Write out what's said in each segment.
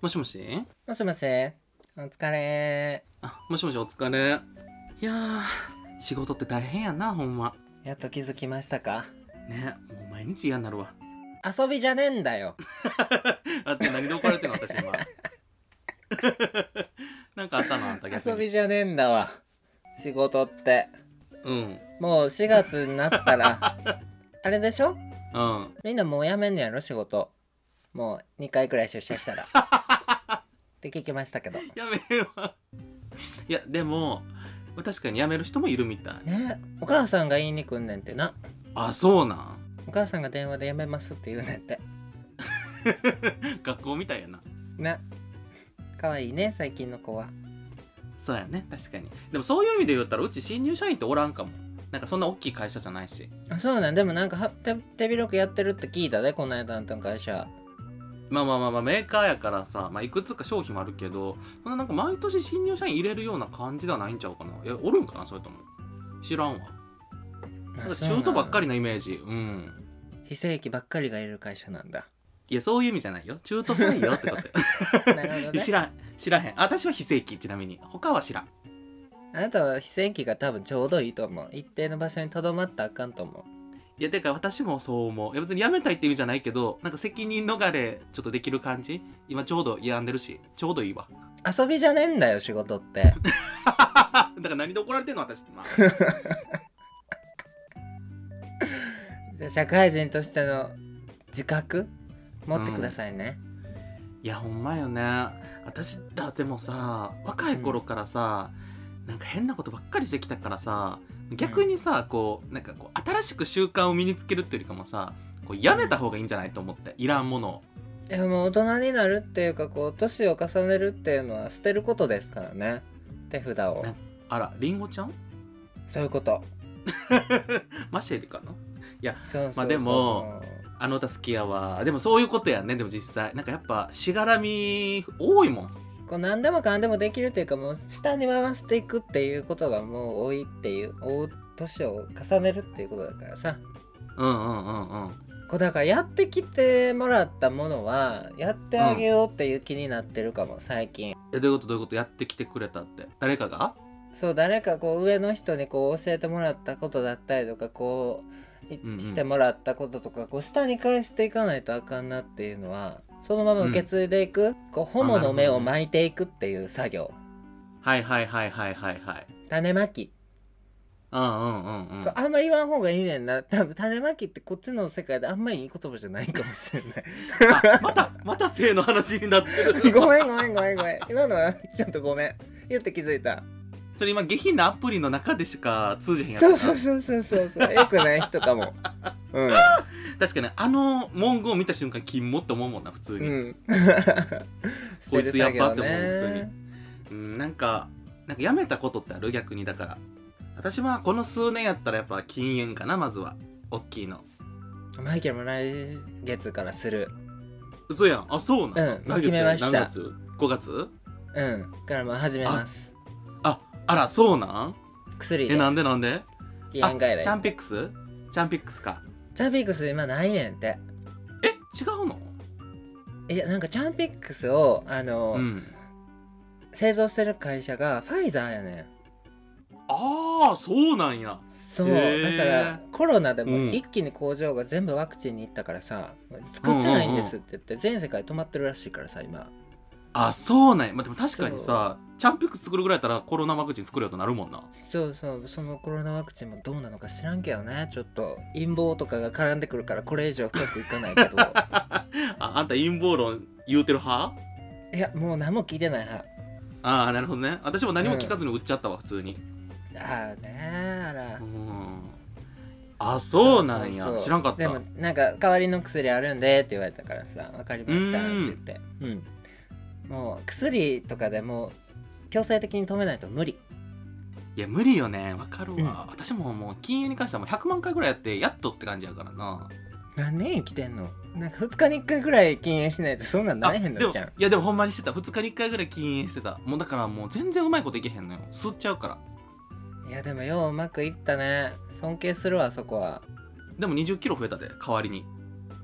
もしもしもしもしお疲れあ、もしもしお疲れ。いやー、仕事って大変やな、ほんま。やっと気づきましたかね、もう毎日嫌になるわ。遊びじゃねえんだよあって何で怒られてんの私今。 なんかあったのあんた逆に。遊びじゃねえんだわ仕事ってうん。うん。もう4月になったら あれでしょあみんなもうやめんのやろ仕事もう2回くらい出社したらって聞きましたけどやめよわ。いや、でも、まあ確かに辞める人もいるみたい。ねお母さんが言いに来んねんってなあ、そうなん。お母さんが電話でやめますって言うねんって学校みたいやな。な可愛いね最近の子はそうやね、確かに。でもそういう意味で言ったら、うち新入社員っておらんかも。なんかそんな大きい会社じゃないし。あそうなんでもなんかは手手広くやってるって聞いたでこの間あんたの会社まあまあまあまあメーカーやからさ、まあ、いくつか商品もあるけどそんななんか毎年新入社員入れるような感じではないんちゃうかなえおるんかなそれとも知らんわなんか中途ばっかりりなイメージうん非正規ばっかりがいる会社なん だいやそういう意味じゃないよ中途採用ってことなるほ どね知らん知らへん私は非正規ちなみに他は知らんあなたは非正規が多分ちょうどいいと思う一定の場所にとどまったらあかんと思いやてか私もそう思ういや別に辞めたいって意味じゃないけどなんか責任逃れちょっとできる感じ今ちょうど病んでるしちょうどいいわ う遊びじゃねえんだよ仕事ってだから何で怒られてんの私今じゃあ社会人としての自覚持ってくださいね、いやほんまよね私らでもさ若い頃からさ、なんか変なことばっかりしてきたからさ逆にさ、こうなんかこう新しく習慣を身につけるっていうよりかもさこうやめた方がいいんじゃないと思っていらんものをいやもう大人になるっていうかこう年を重ねるっていうのは捨てることですからね手札をねあらりんごちゃんそういうことマシェルかなそうそうそうまあでもあの歌好きやわでもそういうことやねでも実際なんかやっぱしがらみ多いもんこう何でもかんでもできるっていうかもう下に回していくっていうことがもう多いっていう追う年を重ねるっていうことだからさうんうんうんうんこうだからやってきてもらったものはやってあげようっていう気になってるかも最近、えどういうことどういうことやってきてくれたって誰かがそう誰かこう上の人にこう教えてもらったことだったりとかこういうんうんしてもらったこととか、こう下に返していかないとあかんなっていうのはそのまま受け継いでいく、こうホモの目を巻いていくっていう作業はいはいはいはいはいはい種まきうんうんうんうんそうあんま言わん方がいいねんな多分種まきってこっちの世界であんまりいい言葉じゃないかもしれないあまたまた性の話になって るごめんごめんごめんごめん今のはちょっとごめん言って気づいたそれ今下品なアプリの中でしか通じへんやつそうそうそうそうそうそうよくない人かもうん確かにあの文言を見た瞬間キモって思うもんな普通に、ううん こ捨ているつや作っぱ業って思う普通にねなんかなんかやめたことってある逆にだから私はこの数年やったらやっぱ禁煙かなまずは大きいのマイケルも来月からする嘘やんあそうなのうん何月決めました何月5月うんからもう始めますああらそうなん薬えでなんでなんで期あ限外来チャンピックスチャンピックスかチャンピックス今ないねんってえ違うのいやなんかチャンピックスをあの、うん製造してる会社がファイザーやねんああそうなんやそうへだーからコロナでうんも一気に工場が全部ワクチンに行ったからさ、作ってないんですって言って全世界止まってるらしいからさ今あそうなんや、まあ、でも確かにさチャンピックス作るぐらいやったらコロナワクチン作るよとなるもんなそうそうそのコロナワクチンもどうなのか知らんけどねちょっと陰謀とかが絡んでくるからこれ以上深くいかないけ どああんた陰謀論言うてる派いやもう何も聞いてない派ああなるほどね私も何も聞かずに売っちゃったわ普通にああねーあらうんあそうなんやそうそう知らんかったでもなんか代わりの薬あるんでって言われたからさ分かりましたって言ってうんもう薬とかでもう強制的に止めないと無理いや無理よねわかるわ、私ももう禁煙に関してはもう100万回ぐらいやってやっとって感じやからな何年生きてんのなんか2日に1回ぐらい禁煙しないとそんなんなれへんあでのもじゃんいやでもほんまにしてた2日に1回ぐらい禁煙してたもうだからもう全然うまいこといけへんのよ吸っちゃうからいやでもよううまくいったね尊敬するわそこはでも2 0キロ増えたで代わりに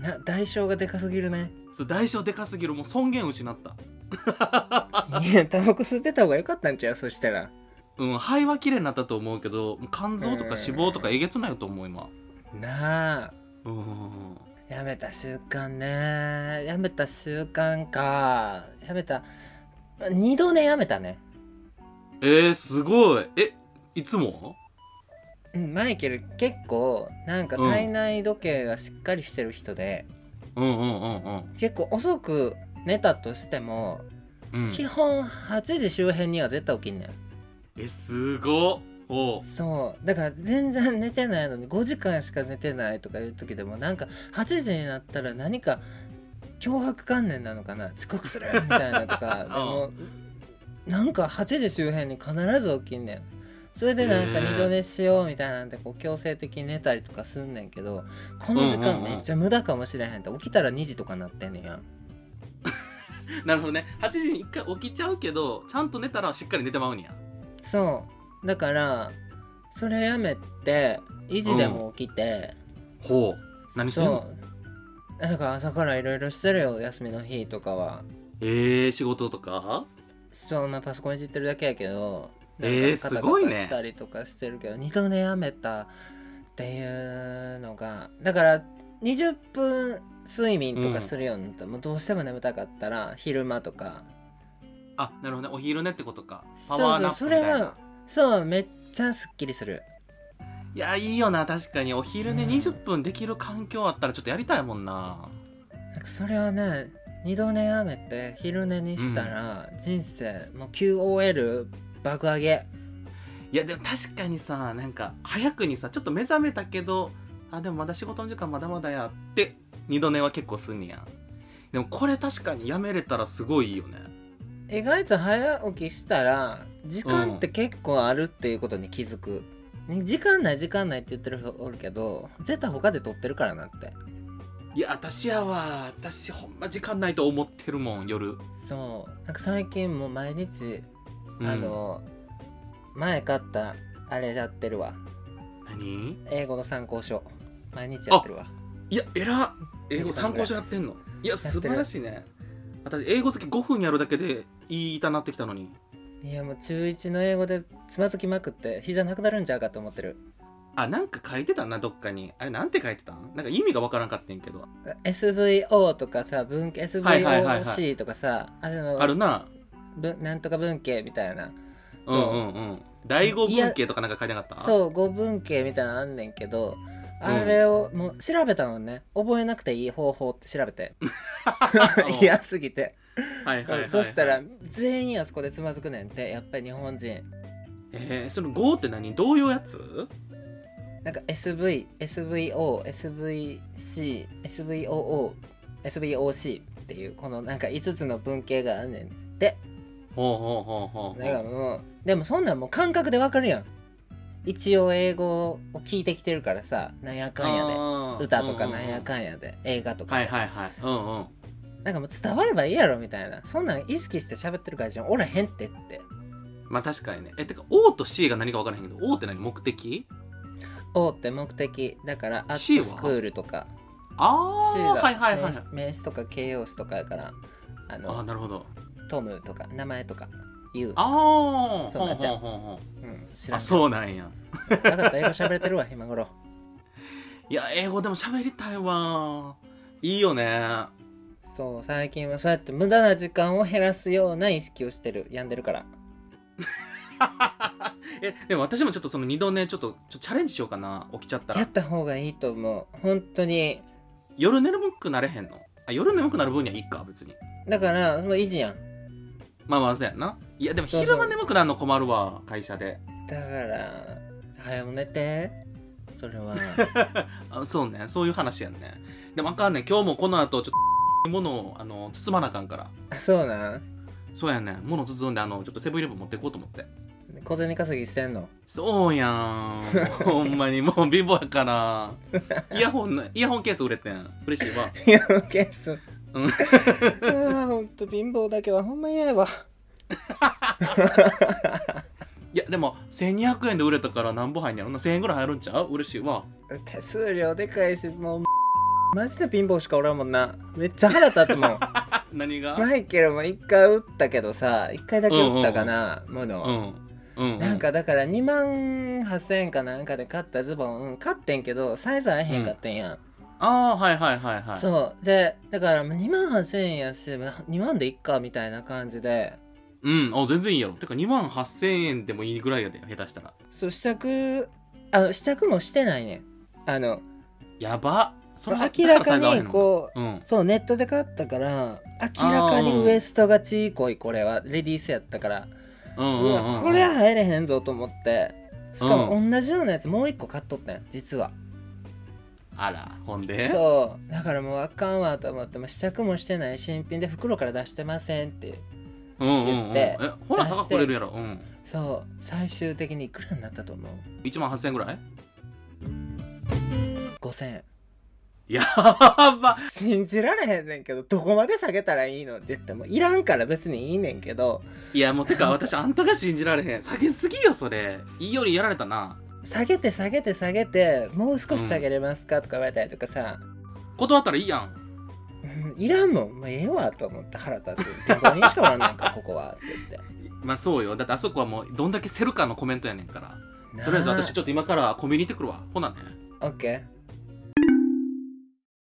な代償がでかすぎるねそう代償でかすぎるもう尊厳失ったいやタバコ吸ってた方が良かったんちゃうそしたらうん肺は綺麗になったと思うけど肝臓とか脂肪とかえげつないと思う今なあうんやめた習慣ねやめた習慣かやめた2度ねやめたねえー、すごいえいつもうんマイケル結構なんかうん体内時計がしっかりしてる人で、うんうんうんうん結構遅く寝たとしても、うん基本8時周辺には絶対起きんねんえすごっおうそうだから全然寝てないのに5時間しか寝てないとかいう時でもなんか8時になったら何か脅迫観念なのかな遅刻するみたいなと うかんでもなんか8時周辺に必ず起きんねんそれでなんかへえ二度寝しようみたいなんでこう強制的に寝たりとかすんねんけどこの時うん間うんうんめっちゃ無駄かもしれへんって起きたら2時とかなってんねんやんなるほどね8時に1回起きちゃうけどちゃんと寝たらしっかり寝てまうんやそうだからそれやめて維持でも起きて、ほう何してんのそうだから朝からいろいろしてるよ休みの日とかはえー、仕事とかそうまあパソコンいじってるだけやけどなんかえーすごいねカタカタしたりとかしてるけど二度寝やめたっていうのがだから20分睡眠とかするようになったら、もうどうしても眠たかったら昼間とかあなるほどねお昼寝ってことかそパうそうワーナップみたいなそれはそうめっちゃすっきりするいやいいよな確かにお昼寝うん20分できる環境あったらちょっとやりたいもんな、なんかそれはね二度寝やめて昼寝にしたら、人生もう QOL 爆上げいやでも確かにさなんか早くにさちょっと目覚めたけどあでもまだ仕事の時間まだまだやって二度寝は結構すんねやでもこれ確かにやめれたらすごいいいよね意外と早起きしたら時間って結構あるっていうことに気づく、ね時間ない時間ないって言ってる人おるけど絶対他で撮ってるからなっていや私やわ私ほんま時間ないと思ってるもん夜、そうなんか最近もう毎日、うんあの前買ったあれやってるわ何英語の参考書毎日やってるわいや偉っ英二語時間参ぐ考らい書やってんのいやってる素晴らしいね私英語好き5分やるだけでいい板なってきたのにいやもう中1の英語でつまずきまくって膝なくなるんちゃうかと思ってるあなんか書いてたなどっかにあれなんて書いてたんなんか意味がわからんかってんけど SVO とかさ文系はいはいはいはい SVOC とかさあのあるなぶなんとか文系みたいなうんうんうん第五文系とかなんか書いてなかったうそう語文系みたいなのあんねんけどうんあれをもう調べたもんね覚えなくていい方法って調 べてん嫌すぎて、はいはいはいはいそしたら全員あそこでつまずくねんってやっぱり日本人えー、その5って何どういうやつなんか SVSVOSVCSVOOSVOC っていうこのなんか5つの文系があんねんってほうほうほうほうだからほうもうでもそんなんもう感覚でわかるやん一応英語を聞いてきてるからさなんやかんやであー歌とかなんやうんかんやで映画とうんか、はいはいはいうんうんなんかもう伝わればいいやろみたいなそんなん意識して喋ってるからじゃんおらへんってってまあ確かにねえてか O と C が何か分からへんけど O って何目的おって目的だからア C ッはトスクールとかあ C あはいはいはい名詞名詞とか形容詞とかやからああーのなるほどトムとか名前とか言う、ああそうなっちゃうううん、知らあんそうなんや分かった英語喋れてるわ今頃いや英語でも喋りたいわいいよねそう最近はそうやって無駄な時間を減らすような意識をしてる病んでるからえでも私もちょっとその二度ねちょっとちょっとチャレンジしようかな起きちゃったやらった方がいいと思う本当に夜眠くなれへんのあ夜眠くなる分にはいいか別にだからもう維持やんまあまあそうやないやでもそうそ昼う間眠くなるの困るわ会社でだから早めてそ れはあそうねそういう話やんねでもあかんねん今日もこの後ちょっと 物をあの包まなあかんからあそうなんそうやねん物包んであのちょっとセブンイレブン持っていこうと思って小銭稼ぎしてんのそうやん ほんまにもう貧乏やからイヤホンのイヤホンケース売れてん嬉しいわいやケースううんんほんと貧乏だけはほんま嫌やわいやでも1200円で売れたから何本入んねやろな1000円ぐらい入るんちゃう嬉しいわ 手数料でかいしもうマジで貧乏しかおらんもんなめっちゃ腹立つもん何が、マイケルも一回打ったけどさ一回だけ打ったかな、もの、うんうんなんかだから2万8000円かなんかで買ったズボン、うん、買ってんけどサイズ合えへんかったんやん、ああはいはいはいはいそうでだから2万8000円やし2万でいっかみたいな感じでうんあ全然いいやろてか2万8000円でもいいぐらいやで下手したらそう試着あ試着もしてないねんあのやばそれ明らかにここうう、うん、そうネットで買ったから明らかにウエストがちいこいこれはレディースやったからうんうんううん、わこれは入れへんぞと思ってしかも同じようなやつもう一個買っとったん実はあらほんでそうだからもうあかんわと思ってもう試着もしてない新品で袋から出してませんってうんうんうん言ってえほら高く売れるやろうんそう最終的にいくらになったと思う1万8000円ぐらい5000円やば信じられへんねんけどどこまで下げたらいいのって言ってもいらんから別にいいねんけどいやもうてか私あんたが信じられへん下げすぎよそれいいよりやられたな下げて下げて下げてもう少し下げれますかとか言われたりとかさ、断ったらいいやんうんいらんもんもうええわと思って腹立つどこにしかおらんねんかここはって言ってまあそうよだってあそこはもうどんだけセルカのコメントやねんからな とりあえず私ちょっと今からコンビニ行ってくるわほなねオッケー